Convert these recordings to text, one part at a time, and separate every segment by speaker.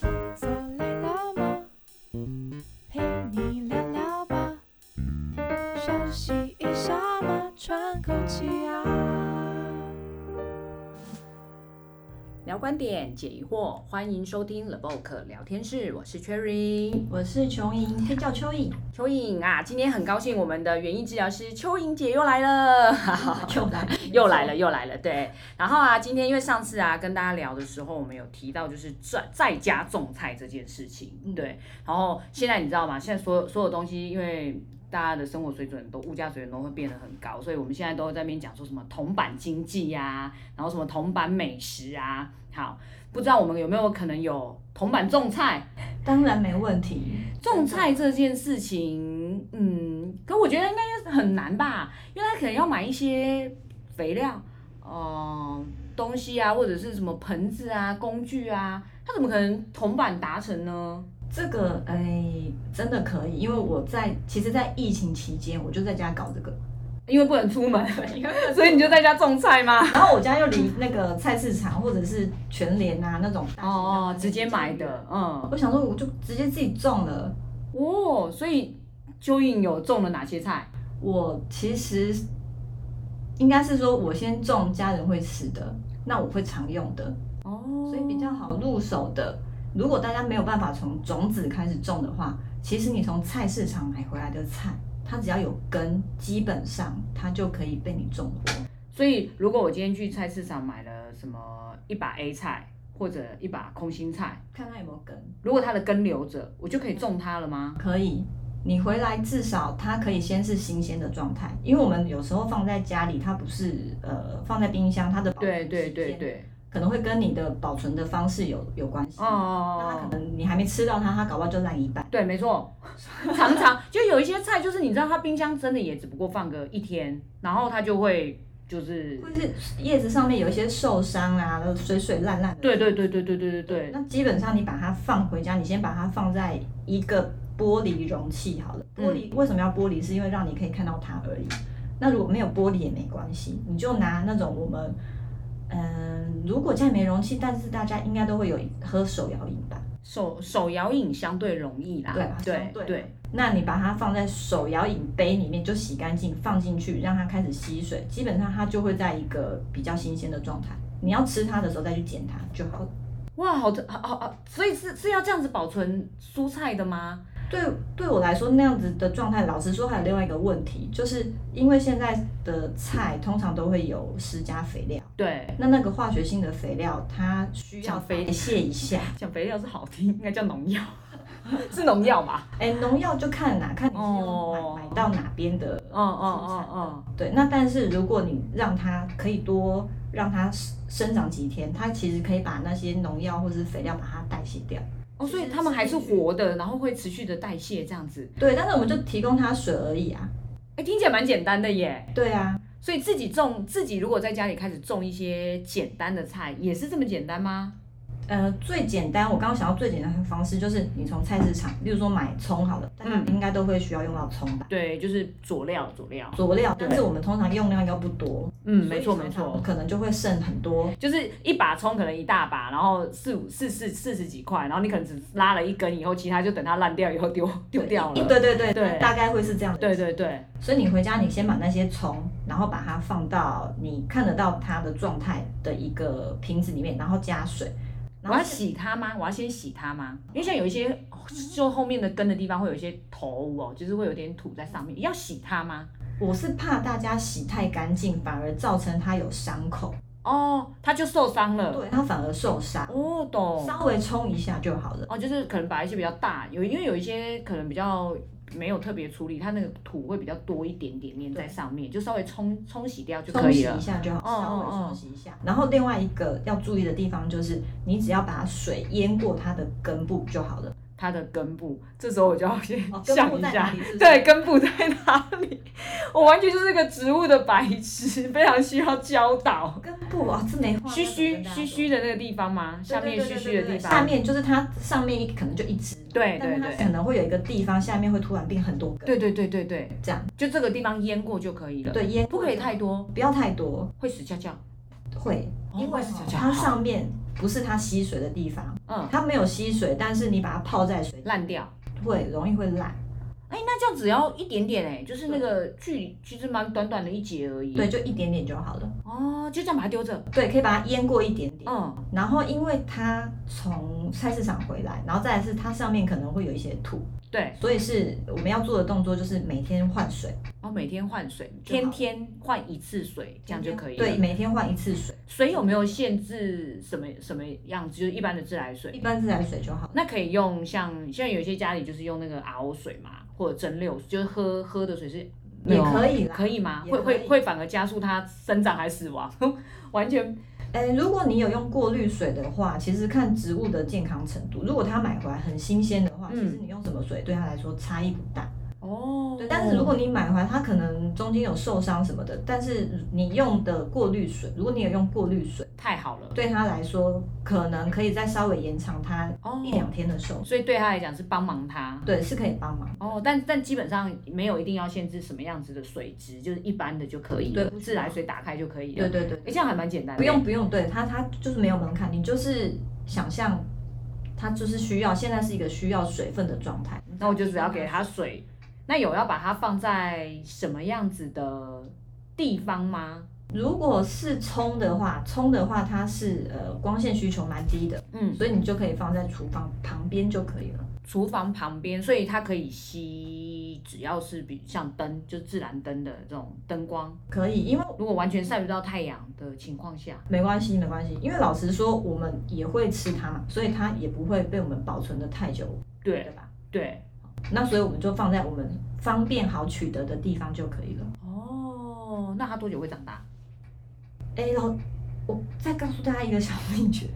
Speaker 1: 坐累了吗？陪你聊聊吧，休息一下嘛，喘口气啊。
Speaker 2: 聊观点，解疑惑，欢迎收听 The Book 聊天室，我是 Cherry
Speaker 3: 我是琼莹，可以叫蚯蚓，
Speaker 2: 蚯蚓啊。今天很高兴，我们的园艺治疗师蚯蚓姐又来了，
Speaker 3: 又来
Speaker 2: 又来了，，又来了。对，然后啊，今天因为上次啊跟大家聊的时候，我们有提到就是在在家种菜这件事情，对。然后现在你知道吗？现在所有所有东西，因为大家的生活水准都物价水准都会变得很高，所以我们现在都在那边讲说什么铜板经济呀、然后什么铜板美食啊。好，不知道我们有没有可能有铜板种菜？
Speaker 3: 当然没问题。
Speaker 2: 种菜这件事情，嗯，可我觉得应该很难吧，因为他可能要买一些肥料，呃，东西啊，或者是什么盆子啊、工具啊，他怎么可能铜板达成呢？
Speaker 3: 这个哎、真的可以，因为我在其实，在疫情期间，我就在家搞 这个，
Speaker 2: 因为不能出门，所以你就在家种菜吗？
Speaker 3: 然后我家又离那个菜市场或者是全联啊那种大型的
Speaker 2: 哦，直接买。的，嗯，
Speaker 3: 我想说，我就直接自己种了。
Speaker 2: 哦，所以蚯蚓有种了哪些菜？
Speaker 3: 我其实应该是说，我先种家人会吃的，那我会常用的，
Speaker 2: 哦，
Speaker 3: 所以比较好入手的。如果大家没有办法从种子开始种的话，其实你从菜市场买回来的菜，它只要有根，基本上它就可以被你种活。
Speaker 2: 所以，如果我今天去菜市场买了什么一把 A 菜或者一把空心菜，
Speaker 3: 看它有没有根，
Speaker 2: 如果它的根留着，我就可以种它了吗？
Speaker 3: 可以。你回来至少它可以先是新鲜的状态，因为我们有时候放在家里，它不是呃放在冰箱，它的保存
Speaker 2: 对对对
Speaker 3: 时间
Speaker 2: 对，
Speaker 3: 可能会跟你的保存的方式有有关系。
Speaker 2: 哦
Speaker 3: 嗯那它
Speaker 2: 哦
Speaker 3: 可
Speaker 2: 哦哦，
Speaker 3: 能你还没吃到它，它搞不好就烂一半。
Speaker 2: 对，没错， 常常就有一些菜，就是你知道它冰箱真的也只不过放个一天，然后它就会就是，
Speaker 3: 或是叶子上面有一些受伤啊，水水烂烂的。
Speaker 2: 对对对对对对对对，
Speaker 3: 那基本上你把它放回家，你先把它放在一个玻璃容器好了。玻璃、为什么要玻璃？是因为让你可以看到它而已。那如果没有玻璃也没关系，你就拿那种我们，嗯、如果家里没容器，但是大家应该都会有喝手摇饮吧？
Speaker 2: 手手摇饮相对容易啦，
Speaker 3: 对吧？
Speaker 2: 对
Speaker 3: 相对
Speaker 2: 对，
Speaker 3: 那你把它放在手摇饮杯里面，就洗干净，放进去，让它开始吸水，基本上它就会在一个比较新鲜的状态。你要吃它的时候再去捡它就好了。
Speaker 2: 哇，好的，好好好，所以是是要这样子保存蔬菜的吗？
Speaker 3: 对，对我来说那样子的状态，老实说还有另外一个问题，就是因为现在的菜通常都会有施加肥料，
Speaker 2: 对，
Speaker 3: 那那个化学性的肥料它需要
Speaker 2: 像肥
Speaker 3: 代谢一下。
Speaker 2: 讲肥料是好听，应该叫农 药，是农药吧？
Speaker 3: 哎，农药就看哪，看你是
Speaker 2: 哦
Speaker 3: 用买买到哪边的。
Speaker 2: 嗯嗯嗯嗯，
Speaker 3: 对，那但是如果你让它可以多让它生生长几天，它其实可以把那些农药或是肥料把它代谢掉。
Speaker 2: 哦，所以它们还是活的，然后会持续的代谢这样子。
Speaker 3: 对，但是我们就提供它水而已啊。
Speaker 2: 哎，听起来蛮简单的耶。
Speaker 3: 对啊，
Speaker 2: 所以自己种，自己如果在家里开始种一些简单的菜，也是这么简单吗？
Speaker 3: 呃，最简单，我刚刚想到最简单的方式就是你从菜市场，例如说买葱好了，大家
Speaker 2: 嗯
Speaker 3: 应该都会需要用到葱吧？
Speaker 2: 对，就是佐料，佐料。
Speaker 3: 佐料，
Speaker 2: 对
Speaker 3: 但是我们通常用量又不多，
Speaker 2: 嗯，没错
Speaker 3: 所以
Speaker 2: 没
Speaker 3: 常常
Speaker 2: 错，
Speaker 3: 可能就会剩很多。
Speaker 2: 就是一把葱可能一大把，然后四五四四四十几块，然后你可能只拉了一根，以后其他就等它烂掉以后丢丢掉了。
Speaker 3: 对对对
Speaker 2: 嗯对
Speaker 3: 大概会是这样的。
Speaker 2: 对对对，
Speaker 3: 所以你回家，你先把那些葱，然后把它放到你看得到它的状态的一个瓶子里面，然后加水，然
Speaker 2: 我
Speaker 3: 后
Speaker 2: 要洗它吗？我要先洗它吗？因为像有一些，哦就后面的根的地方会有一些头哦，就是会有点土在上面，要洗它吗？
Speaker 3: 我是怕大家洗太干净，反而造成它有伤口，
Speaker 2: 哦，它就受伤了。
Speaker 3: 对，它反而受伤。
Speaker 2: 哦，懂。
Speaker 3: 稍微冲一下就好了。
Speaker 2: 哦，就是可能把一些比较大，有因为有一些可能比较没有特别处理，它那个土会比较多一点点粘在上面，就稍微冲冲洗掉就可
Speaker 3: 冲
Speaker 2: 以
Speaker 3: 洗
Speaker 2: 了
Speaker 3: 一。下就好，
Speaker 2: 哦
Speaker 3: 稍微
Speaker 2: 哦哦
Speaker 3: 冲洗一下。然后另外一个要注意的地方就是，你只要把水淹过它的根部就好了。
Speaker 2: 它的根部，这时候我就要先
Speaker 3: 哦根
Speaker 2: 想
Speaker 3: 部
Speaker 2: 一
Speaker 3: 在
Speaker 2: 下，
Speaker 3: 哪里是不是
Speaker 2: 对，根部在哪里？我完全就是个植物的白痴，非常需要教导。
Speaker 3: 根部啊，这没话。
Speaker 2: 虚虚虚虚
Speaker 3: 的
Speaker 2: 的那个地方吗？下面虚虚的地
Speaker 3: 下
Speaker 2: 方。
Speaker 3: 面就是它上面一可能就一只，
Speaker 2: 对
Speaker 3: 但
Speaker 2: 对
Speaker 3: 是它
Speaker 2: 对
Speaker 3: 可能会有一个地方下面会突然变很多根，
Speaker 2: 对对对对对，
Speaker 3: 这样
Speaker 2: 就这个地方淹过就可以了。，
Speaker 3: 对淹
Speaker 2: 不可以太多，
Speaker 3: 不要太多，
Speaker 2: 会死翘翘。
Speaker 3: 会
Speaker 2: 哦
Speaker 3: 因为
Speaker 2: 会死翘翘。
Speaker 3: 它上面不是它吸水的地方，
Speaker 2: 嗯，
Speaker 3: 它没有吸水，但是你把它泡在水，
Speaker 2: 烂掉。
Speaker 3: 会容易会烂。
Speaker 2: 哎、那这样只要一点点哎、就是那个距离其实蛮短短的一节而已。
Speaker 3: 对，，就一点点就好了。
Speaker 2: 哦，就这样把它丢着。
Speaker 3: 对，可以把它腌过一点点。
Speaker 2: 嗯，
Speaker 3: 然后因为它从菜市场回来，然后再来是它上面可能会有一些土，
Speaker 2: 对，
Speaker 3: 所以是我们要做的动作就是每天换水，
Speaker 2: 然后每天换水，
Speaker 3: 就好
Speaker 2: 天天换一次水，这样就可以了。
Speaker 3: 对，，每天换一次水，
Speaker 2: 水有没有限制什么什么样子？就是一般的自来
Speaker 3: 一
Speaker 2: 水，
Speaker 3: 般自来水就好了。
Speaker 2: 那可以用像现在有些家里就是用那个 RO 水嘛，或者蒸馏，就是喝喝的水是
Speaker 3: 也可以啦
Speaker 2: 可以吗？
Speaker 3: 也
Speaker 2: 会
Speaker 3: 可以
Speaker 2: 会会反而加速它生长还死亡？ 完全
Speaker 3: 呃，如果你有用过滤水的话，其实看植物的健康程度。如果它买回来很新鲜的话，
Speaker 2: 嗯
Speaker 3: 其实你用什么水对它来说差异不大。
Speaker 2: 哦
Speaker 3: 对，但是如果你买回来它可能中间有受伤什么的，但是你用的过滤水，如果你有用过滤水，
Speaker 2: 太好了，
Speaker 3: 对它来说可能可以再稍微延长它
Speaker 2: 哦
Speaker 3: 一两天的寿命。
Speaker 2: 所以对他来讲是帮忙他。
Speaker 3: 对，是可以帮忙。
Speaker 2: 哦，但但基本上没有一定要限制什么样子的水质，就是一般的就可以了，
Speaker 3: 对
Speaker 2: 自来水打开就可以
Speaker 3: 对
Speaker 2: 了。
Speaker 3: 对对，
Speaker 2: 哎，这样还蛮简单的。
Speaker 3: 不用不用，对它它就是没有门槛，你就是想象它就是需要，现在是一个需要水分的状态。
Speaker 2: 那我就只要给它水。
Speaker 3: 嗯
Speaker 2: 那有要把它放在什么样子的地方吗？
Speaker 3: 如果是葱的话，葱的话它是呃光线需求蛮低的，
Speaker 2: 嗯，
Speaker 3: 所以你就可以放在厨房旁边就可以了。
Speaker 2: 厨房旁边，所以它可以吸，只要是比像灯，就自然灯的这种灯光。
Speaker 3: 可以，因为
Speaker 2: 如果完全晒不到太阳的情况下，
Speaker 3: 没关系没关系，因为老实说我们也会吃它嘛，所以它也不会被我们保存的太久，
Speaker 2: 对
Speaker 3: 对吧？
Speaker 2: 对，
Speaker 3: 那所以我们就放在我们方便好取得的地方就可以了。
Speaker 2: 哦，那它多久会长大？
Speaker 3: 哎，老，我再告诉大家一个小秘诀，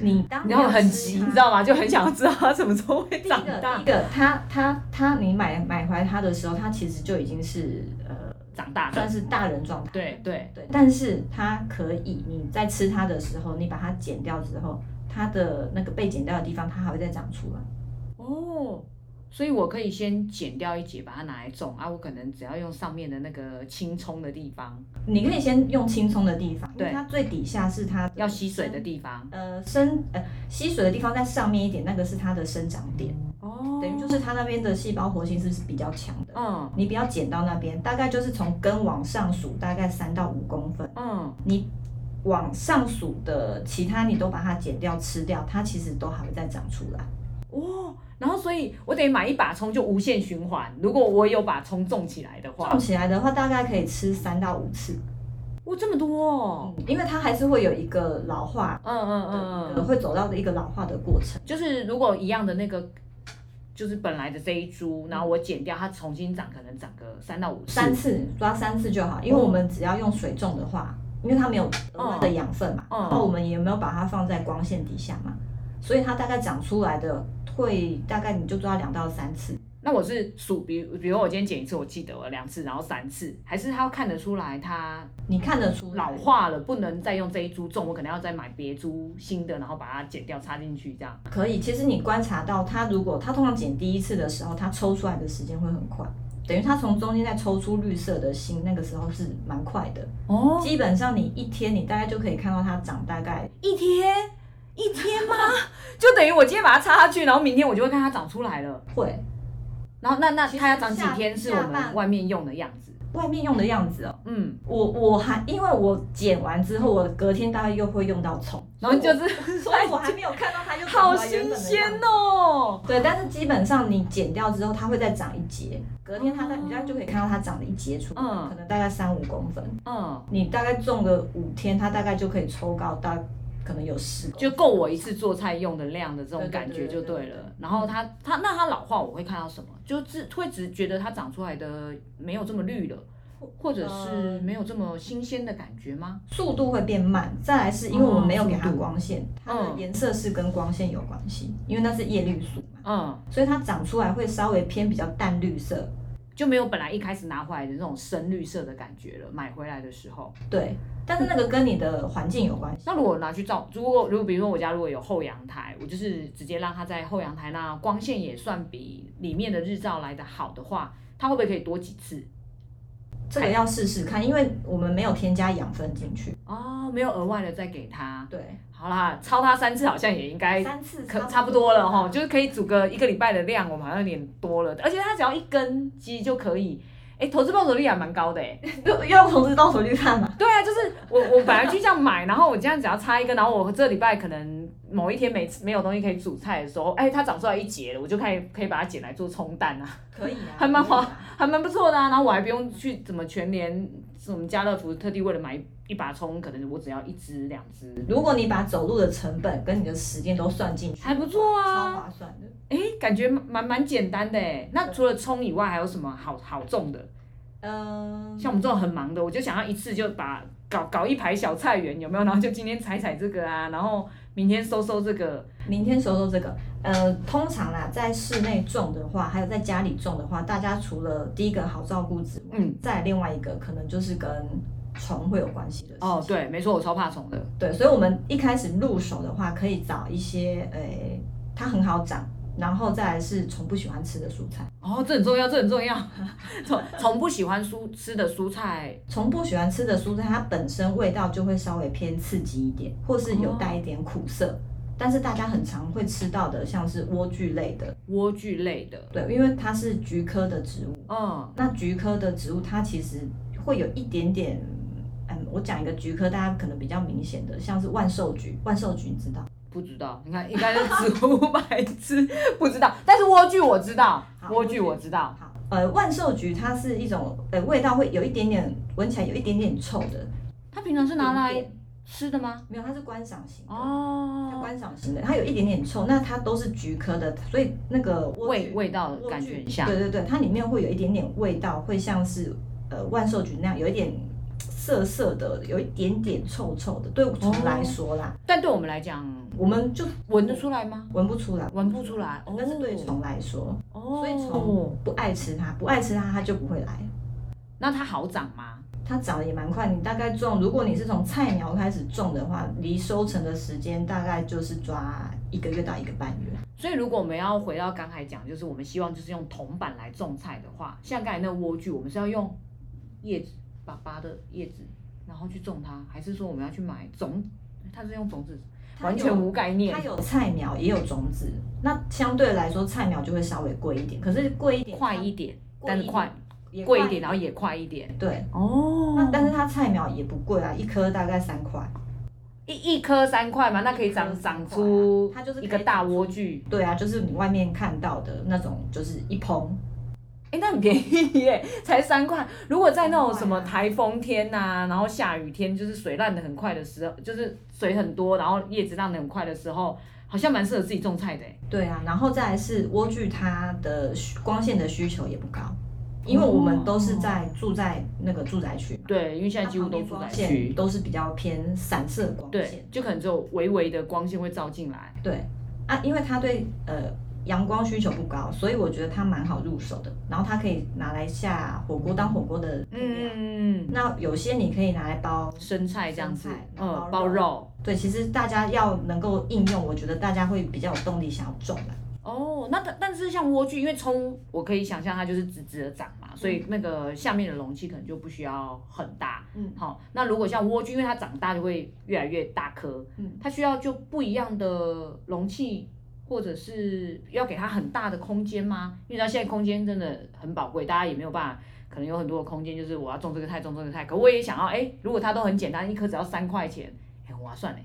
Speaker 3: 你当
Speaker 2: 然后很急，你知道
Speaker 3: 吗？
Speaker 2: 吗？就很想知道它什么时候会
Speaker 3: 第一
Speaker 2: 长
Speaker 3: 个，第
Speaker 2: 大
Speaker 3: 一。个，它它它，你买买回来它的时候，它其实就已经是呃，
Speaker 2: 长大
Speaker 3: 算
Speaker 2: 了，
Speaker 3: 是大人状态。
Speaker 2: 对对，
Speaker 3: 对，但是它可以，你在吃它的时候，你把它剪掉之后，它的那个被剪掉的地方，它还会再长出来。
Speaker 2: 哦，所以我可以先剪掉一节，把它拿来种啊。我可能只要用上面的那个青葱的地方，
Speaker 3: 你可以先用轻松的地方，因
Speaker 2: 对
Speaker 3: 为它最底下是它
Speaker 2: 要吸水的地方，
Speaker 3: 呃生呃吸水的地方，在上面一点，那个是它的生长点，
Speaker 2: 哦
Speaker 3: 等于就是它那边的细胞活性是比较强的。
Speaker 2: 嗯
Speaker 3: 你不要剪到那边，大概就是从根往上数，大概三到五公分。
Speaker 2: 嗯，
Speaker 3: 你往上数的其他你都把它剪掉吃掉，它其实都还会再长出来。
Speaker 2: 哦，然后所以我得买一把葱就无限循环。如果我有把葱种起来的话
Speaker 3: 种，起来的话，大概可以吃三到五次，
Speaker 2: 哇，这么多哦，
Speaker 3: 因为它还是会有一个老化，
Speaker 2: 嗯嗯嗯
Speaker 3: 呃，
Speaker 2: 嗯，
Speaker 3: 会走到的一个老化的过程。
Speaker 2: 就是如果一样的那个。就是本来的这一株，然后我剪掉，它重新长，可能长个三到五次
Speaker 3: 三次抓三次就好，因为我们只要用水种的话，因为它没有额外的养分嘛，
Speaker 2: 嗯
Speaker 3: 然后我们也没有把它放在光线底下嘛，所以它大概长出来的会大概你就抓两到三次。
Speaker 2: 那我是数，比如比如我今天剪一次，我记得我两次，然后三次，还是他要看得出来它
Speaker 3: 你看得出来
Speaker 2: 嗯老化了，不能再用这一株种，我可能要再买别株新的，然后把它剪掉插进去这样。
Speaker 3: 可以，其实你观察到它，如果它通常剪第一次的时候，它抽出来的时间会很快，等于它从中间再抽出绿色的心，那个时候是蛮快的。
Speaker 2: 哦，
Speaker 3: 基本上你一天你大概就可以看到它长大概，
Speaker 2: 一天一天吗？就等于我今天把它插下去，然后明天我就会看它长出来了。
Speaker 3: 会
Speaker 2: 然后那那
Speaker 3: 其实
Speaker 2: 它要长几天是
Speaker 3: 下
Speaker 2: 我
Speaker 3: 下
Speaker 2: 们
Speaker 3: 半
Speaker 2: 外面用的样子。
Speaker 3: 外面用的样子哦。
Speaker 2: 嗯，
Speaker 3: 我我还因为我剪完之后，我隔天大概又会用到葱，
Speaker 2: 然后就
Speaker 3: 所以
Speaker 2: 是
Speaker 3: 我所以我还没有看到它又
Speaker 2: 好
Speaker 3: 长回来原
Speaker 2: 新
Speaker 3: 本的样
Speaker 2: 鲜
Speaker 3: 子。
Speaker 2: 哦。
Speaker 3: 对，但是基本上你剪掉之后，它会再长一节，隔天它在你大概就可以看到它长了一节出来，
Speaker 2: 哦嗯
Speaker 3: 可能大概三五公分。
Speaker 2: 嗯，
Speaker 3: 你大概种个五天，它大概就可以抽高大可能有十公
Speaker 2: 就够我一次做菜用的量的这种
Speaker 3: 对对
Speaker 2: 感觉
Speaker 3: 对
Speaker 2: 就
Speaker 3: 对
Speaker 2: 对
Speaker 3: 对对
Speaker 2: 了。然后它它那它老化我会看到什么？就只会只觉得它长出来的没有这么绿了，或者是
Speaker 3: 呃
Speaker 2: 没有这么新鲜的感觉吗？
Speaker 3: 速度会变慢。再来是因为我们没有给
Speaker 2: 哦
Speaker 3: 它
Speaker 2: 速度
Speaker 3: 光线，它的
Speaker 2: 嗯
Speaker 3: 颜色是跟光线有关系，因为那是叶绿素嘛，
Speaker 2: 嗯，
Speaker 3: 所以它长出来会稍微偏比较淡绿色。
Speaker 2: 就没有本来一开始拿回来的那种深绿色的感觉了。买回来的时候，
Speaker 3: 对，但是那个跟你的环境有关系。
Speaker 2: 那如果拿去照，如果如果比如说我家如果有后阳台，我就是直接让它在后阳台，那光线也算比里面的日照来的好的话，它会不会可以多几次？
Speaker 3: 这个要试试看，因为我们没有添加养分进去。
Speaker 2: 哦，没有额外的再给它。
Speaker 3: 对，
Speaker 2: 好啦，超它三次好像也应该
Speaker 3: 三次
Speaker 2: 可差不多了哈，
Speaker 3: 就
Speaker 2: 就是可以煮个一个礼拜的量，我们好像有点多了，而且它只要一根鸡就可以。哎、投资报酬率还蛮高的哎、
Speaker 3: 又 要从这到手去看嘛。
Speaker 2: 对啊，就是我我本来就这样买，然后我这样只要插一根，然后我这礼拜可能某一天没没有东西可以煮菜的时候，哎、它长出来一节了，我就可以可以把它捡来做冲蛋啊，
Speaker 3: 可以啊，
Speaker 2: 还蛮好
Speaker 3: 可以啊。
Speaker 2: 还蛮不错的啊。然后我还不用去怎么全年什么家乐福特地为了买一把葱，可能我只要一只两只，
Speaker 3: 如果你把走路的成本跟你的时间都算进去，
Speaker 2: 还不错啊
Speaker 3: 超划算的。
Speaker 2: 哎、感觉蛮蛮蛮简单的哎。那除了葱以外，还有什么好好种的？
Speaker 3: 嗯，
Speaker 2: 像我们这种很忙的，我就想要一次就把搞搞一排小菜园，有没有？然后就今天采采这个啊，然后明天收收这个，
Speaker 3: 明天收收这个。呃，通常啦，在室内种的话，还有在家里种的话，大家除了第一个好照顾之外，
Speaker 2: 嗯，
Speaker 3: 再另外一个可能就是跟虫会有关系的事情。
Speaker 2: 哦，对，没错，我超怕虫的，
Speaker 3: 对，所以我们一开始入手的话，可以找一些诶、它很好长，然后再来是虫不喜欢吃的蔬菜。
Speaker 2: 哦，这很重要，这很重要。哦虫虫不喜欢蔬吃的蔬菜，
Speaker 3: 虫不喜欢吃的蔬菜，它本身味道就会稍微偏刺激一点，或是有
Speaker 2: 哦
Speaker 3: 带一点苦涩。但是大家很常会吃到的，像是莴苣类的，
Speaker 2: 莴苣类的，
Speaker 3: 对，因为它是菊科的植物。哦
Speaker 2: 嗯，
Speaker 3: 那菊科的植物，它其实会有一点点，嗯，我讲一个菊科，大家可能比较明显的，像是万寿菊，万寿菊你知道？
Speaker 2: 不知道，你看应该是植物白痴，不 知道，但是莴苣我知道，
Speaker 3: 好
Speaker 2: 莴
Speaker 3: 莴
Speaker 2: 苣
Speaker 3: 苣
Speaker 2: 我知道，
Speaker 3: 好，呃，万寿菊它是一种，呃，味道会有一点点，闻起来有一点点臭的，
Speaker 2: 它平常是拿
Speaker 3: 有一
Speaker 2: 来
Speaker 3: 点
Speaker 2: 吃的吗？
Speaker 3: 没有，它是观赏型的。它
Speaker 2: 哦，
Speaker 3: 观赏型的，它有一点点臭，那它都是菊科的，所以那个莴苣
Speaker 2: 味味道
Speaker 3: 莴苣
Speaker 2: 感觉很像
Speaker 3: 对对对，它里面会有一点点味道，会像是呃万寿菊那样，有一点涩涩的，有一点点臭臭的。对虫来
Speaker 2: 哦
Speaker 3: 说啦，
Speaker 2: 但对我们来讲，
Speaker 3: 我们就
Speaker 2: 闻得出来吗？
Speaker 3: 闻不出来，
Speaker 2: 闻不出来，哦
Speaker 3: 嗯但是对虫来说，
Speaker 2: 哦，
Speaker 3: 所以虫不爱吃它，不爱吃它，它就不会来。
Speaker 2: 那它好长吗？
Speaker 3: 它长得也蛮快，你大概种，如果你是从菜苗开始种的话，离收成的时间大概就是抓一个月到一个半月。
Speaker 2: 所以如果我们要回到刚才讲，就是我们希望就是用铜板来种菜的话，像刚才那个莴苣，我们是要用叶子，粑粑的叶子，然后去种它，还是说我们要去买种？它是用种子，
Speaker 3: 它
Speaker 2: 完
Speaker 3: 有
Speaker 2: 全无概念
Speaker 3: 它，有菜苗，也有种子，那相对来说菜苗就会稍微贵一点，可是贵一点，
Speaker 2: 快一点，
Speaker 3: 贵
Speaker 2: 但
Speaker 3: 一
Speaker 2: 是快
Speaker 3: 也
Speaker 2: 贵一点，然后也快一点。
Speaker 3: 对。
Speaker 2: 哦
Speaker 3: 那但是它菜苗也不贵啊，一颗大概三块。
Speaker 2: 一一颗三块嘛，那可以
Speaker 3: 一
Speaker 2: 长
Speaker 3: 颗三
Speaker 2: 长
Speaker 3: 块啊
Speaker 2: 出
Speaker 3: 它就是可
Speaker 2: 一
Speaker 3: 以
Speaker 2: 个大
Speaker 3: 长出
Speaker 2: 莴苣。
Speaker 3: 对啊，就是你外面看到的那种，就是一捧。
Speaker 2: 哎、那很便宜耶，才三块。如果在那种什么
Speaker 3: 三块啊
Speaker 2: 台风天呐、然后下雨天，就是水烂的很快的时候，就是水很多，然后叶子烂的很快的时候，好像蛮适合自己种菜的耶。欸
Speaker 3: 对啊，然后再来是莴苣，它的需光线的需求也不高，因为我们都是在住在那个住宅区嘛，
Speaker 2: 哦对，因为现在
Speaker 3: 它
Speaker 2: 几乎
Speaker 3: 旁
Speaker 2: 都
Speaker 3: 边
Speaker 2: 住宅
Speaker 3: 光线
Speaker 2: 区，
Speaker 3: 都是比较偏散射光
Speaker 2: 对
Speaker 3: 线。，
Speaker 2: 就可能只有微微的光线会照进来。
Speaker 3: 对啊，因为它对呃阳光需求不高，所以我觉得它蛮好入手的。然后它可以拿来下火锅当火锅的配料。
Speaker 2: 嗯，
Speaker 3: 那有些你可以拿来包，
Speaker 2: 生菜这样子
Speaker 3: 生菜，
Speaker 2: 嗯，包
Speaker 3: 包肉
Speaker 2: 肉。
Speaker 3: 对，其实大家要能够应用，我觉得大家会比较有动力想要种的。
Speaker 2: 哦，那但但是像莴苣，因为葱我可以想象它就是直直的长
Speaker 3: 嗯
Speaker 2: 嘛，所以那个下面的容器可能就不需要很大。
Speaker 3: 嗯
Speaker 2: 好，那如果像莴苣，因为它长大就会越来越大颗，
Speaker 3: 嗯，
Speaker 2: 它需要就不一样的容器，或者是要给它很大的空间吗？因为它现在空间真的很宝贵，大家也没有办法。可能有很多的空间，就是我要种这个菜，种这个菜。可我也想要，哎、如果它都很简单，一颗只要三块钱，哎、很划算哎。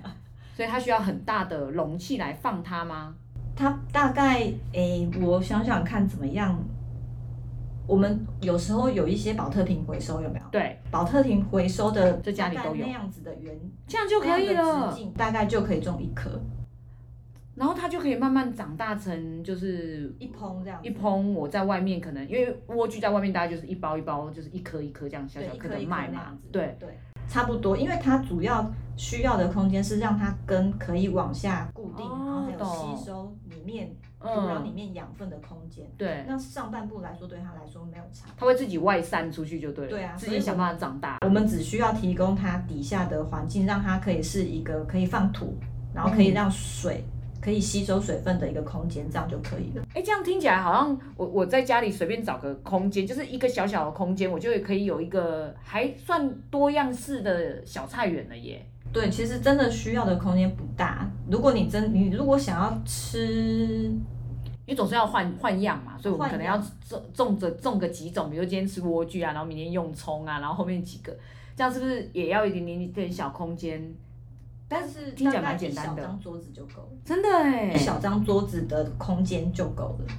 Speaker 2: 所以它需要很大的容器来放它吗？
Speaker 3: 它大概诶，我想想看怎么样。我们有时候有一些保特瓶回收，有没有？
Speaker 2: 对，
Speaker 3: 保特瓶回收的
Speaker 2: 在家里
Speaker 3: 大概
Speaker 2: 都有
Speaker 3: 那样子的圆
Speaker 2: 这样就可以
Speaker 3: 那样的
Speaker 2: 了
Speaker 3: 直。径大概就可以种一颗
Speaker 2: 然后它就可以慢慢长大成就是
Speaker 3: 一捧这样子
Speaker 2: 一捧。我在外面可能因为莴苣在外面大概就是一包一包，就是一颗一颗这样小
Speaker 3: 对，
Speaker 2: 小
Speaker 3: 一
Speaker 2: 颗
Speaker 3: 颗
Speaker 2: 的
Speaker 3: 一颗
Speaker 2: 卖
Speaker 3: 那
Speaker 2: 嘛
Speaker 3: 样子。
Speaker 2: 对，
Speaker 3: 对，差不多，因为它主要需要的空间是让它根可以往下固定，
Speaker 2: 哦
Speaker 3: 然后还有
Speaker 2: 懂
Speaker 3: 吸收里面土壤里
Speaker 2: 嗯，
Speaker 3: 面养分的空间。
Speaker 2: 对，
Speaker 3: 那上半部来说，对它来说没有差。
Speaker 2: 它会自己外散出去就对了，
Speaker 3: 对啊
Speaker 2: 自
Speaker 3: 所以
Speaker 2: 己
Speaker 3: 我
Speaker 2: 想办法长大。
Speaker 3: 我们只需要提供它底下的环境，让它可以是一个可以放土，然后可以
Speaker 2: 嗯
Speaker 3: 让水、可以吸收水分的一个空间，这样就可以了。
Speaker 2: 哎，这样听起来好像我我在家里随便找个空间，就是一个小小的空间，我就可以有一个还算多样式的小菜园了耶。
Speaker 3: 对，其实真的需要的空间不大。如果你真你如果想要吃，
Speaker 2: 因为总是要换换样嘛，所以我们
Speaker 3: 换
Speaker 2: 可能要
Speaker 3: 样
Speaker 2: 种种着种个几种，比如今天吃莴苣啊，然后明天用葱啊，然后后面几个，这样是不是也要一点点点小空间？
Speaker 3: 但是
Speaker 2: 听起来
Speaker 3: 大概
Speaker 2: 蛮简单
Speaker 3: 一
Speaker 2: 的
Speaker 3: 小张桌子就够了，
Speaker 2: 真的哎
Speaker 3: 一，小张桌子的空间就够了。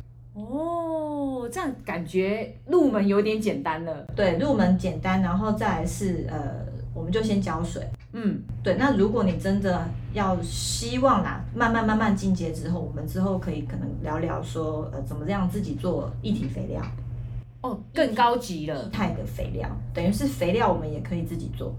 Speaker 2: 哦，这样感觉入门有点简单了。
Speaker 3: 对，入门简单，然后再来是呃，我们就先浇水。
Speaker 2: 嗯，
Speaker 3: 对，那如果你真的要希望啦，慢慢慢慢进阶之后，我们之后可以可能聊聊说，呃，怎么样自己做一体肥料、
Speaker 2: 哦，更高级了
Speaker 3: 液，态的肥料，等于是肥料我们也可以自己做。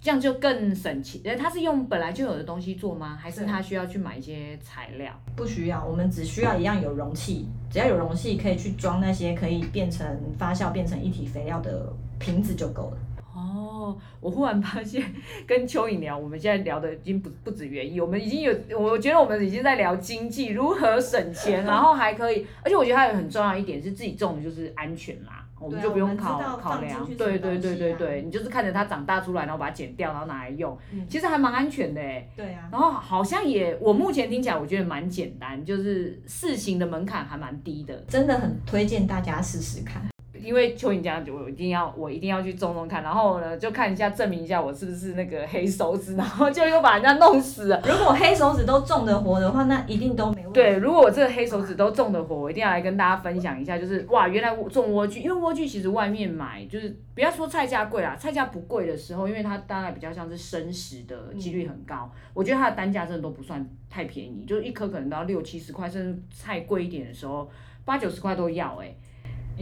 Speaker 2: 这样就更省钱。呃，他是用本来就有的东西做吗？还是
Speaker 3: 对
Speaker 2: 他需要去买一些材料？
Speaker 3: 不需要，我们只需要一样有容器，只要有容器可以去装那些可以变成发酵变成一体肥料的瓶子就够了。
Speaker 2: 哦，我忽然发现跟蚯蚓聊，我们现在聊的已经不不止园艺，我们已经有，我觉得我们已经在聊经济如何省钱，然后还可以，而且我觉得还有很重要一点是自己种的就是安全啦，我们
Speaker 3: 对啊
Speaker 2: 就不用
Speaker 3: 我们知
Speaker 2: 考
Speaker 3: 道
Speaker 2: 考
Speaker 3: 放进
Speaker 2: 量，
Speaker 3: 去什么
Speaker 2: 对对
Speaker 3: 东
Speaker 2: 对
Speaker 3: 西
Speaker 2: 对
Speaker 3: 啊
Speaker 2: 对，你就是看着它长大出来，然后把它剪掉，然后拿来用，
Speaker 3: 嗯
Speaker 2: 其实还蛮安全的哎、
Speaker 3: 对啊，
Speaker 2: 然后好像也，我目前听起来我觉得蛮简单，就是事情的门槛还蛮低的。
Speaker 3: 真的很推荐大家试试看。
Speaker 2: 因为蚯蚓这样，我一定要我一定要去种种看，然后呢就看一下证明一下我是不是那个黑手指，然后就又把人家弄死了。
Speaker 3: 如果黑手指都种得活的话，那一定都没问题。
Speaker 2: 对，如果我这个黑手指都种的活，我一定要来跟大家分享一下，就是哇，原来我种莴苣，因为莴苣其实外面买就是不要说菜价贵啦，菜价不贵的时候，因为它大概比较像是生食的几率很高，我觉得它的单价真的都不算太便宜，就是一颗可能到六七十块，甚至菜贵一点的时候八九十块都要哎、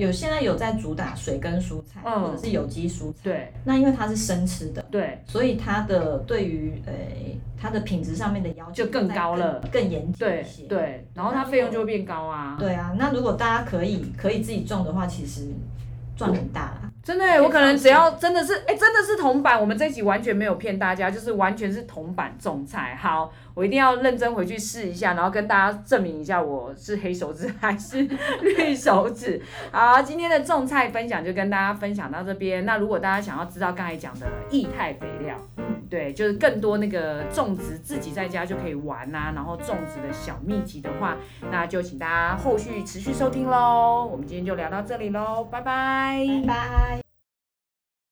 Speaker 3: 有现在有在主打水跟蔬菜，
Speaker 2: 嗯
Speaker 3: 或者是有机蔬菜。
Speaker 2: 对
Speaker 3: 那因为它是生吃的，
Speaker 2: 对，
Speaker 3: 所以它的对于呃它的品质上面的要求
Speaker 2: 就更高了
Speaker 3: 再更更严谨
Speaker 2: 对
Speaker 3: 一些。
Speaker 2: 对，然后它费用就会变高啊。
Speaker 3: 对啊，那如果大家可以可以自己种的话，其实赚很大啦。
Speaker 2: 真的耶、我可能只要真的是，哎、真的是铜板，我们这一集完全没有骗大家，就是完全是铜板种菜。好，我一定要认真回去试一下，然后跟大家证明一下我是黑手指还是绿手指。好，今天的种菜分享就跟大家分享到这边。那如果大家想要知道刚才讲的液态肥料，对，就是更多那个种植自己在家就可以玩啊，然后种植的小秘籍的话，那就请大家后续持续收听喽。我们今天就聊到这里喽，拜拜
Speaker 3: 拜拜。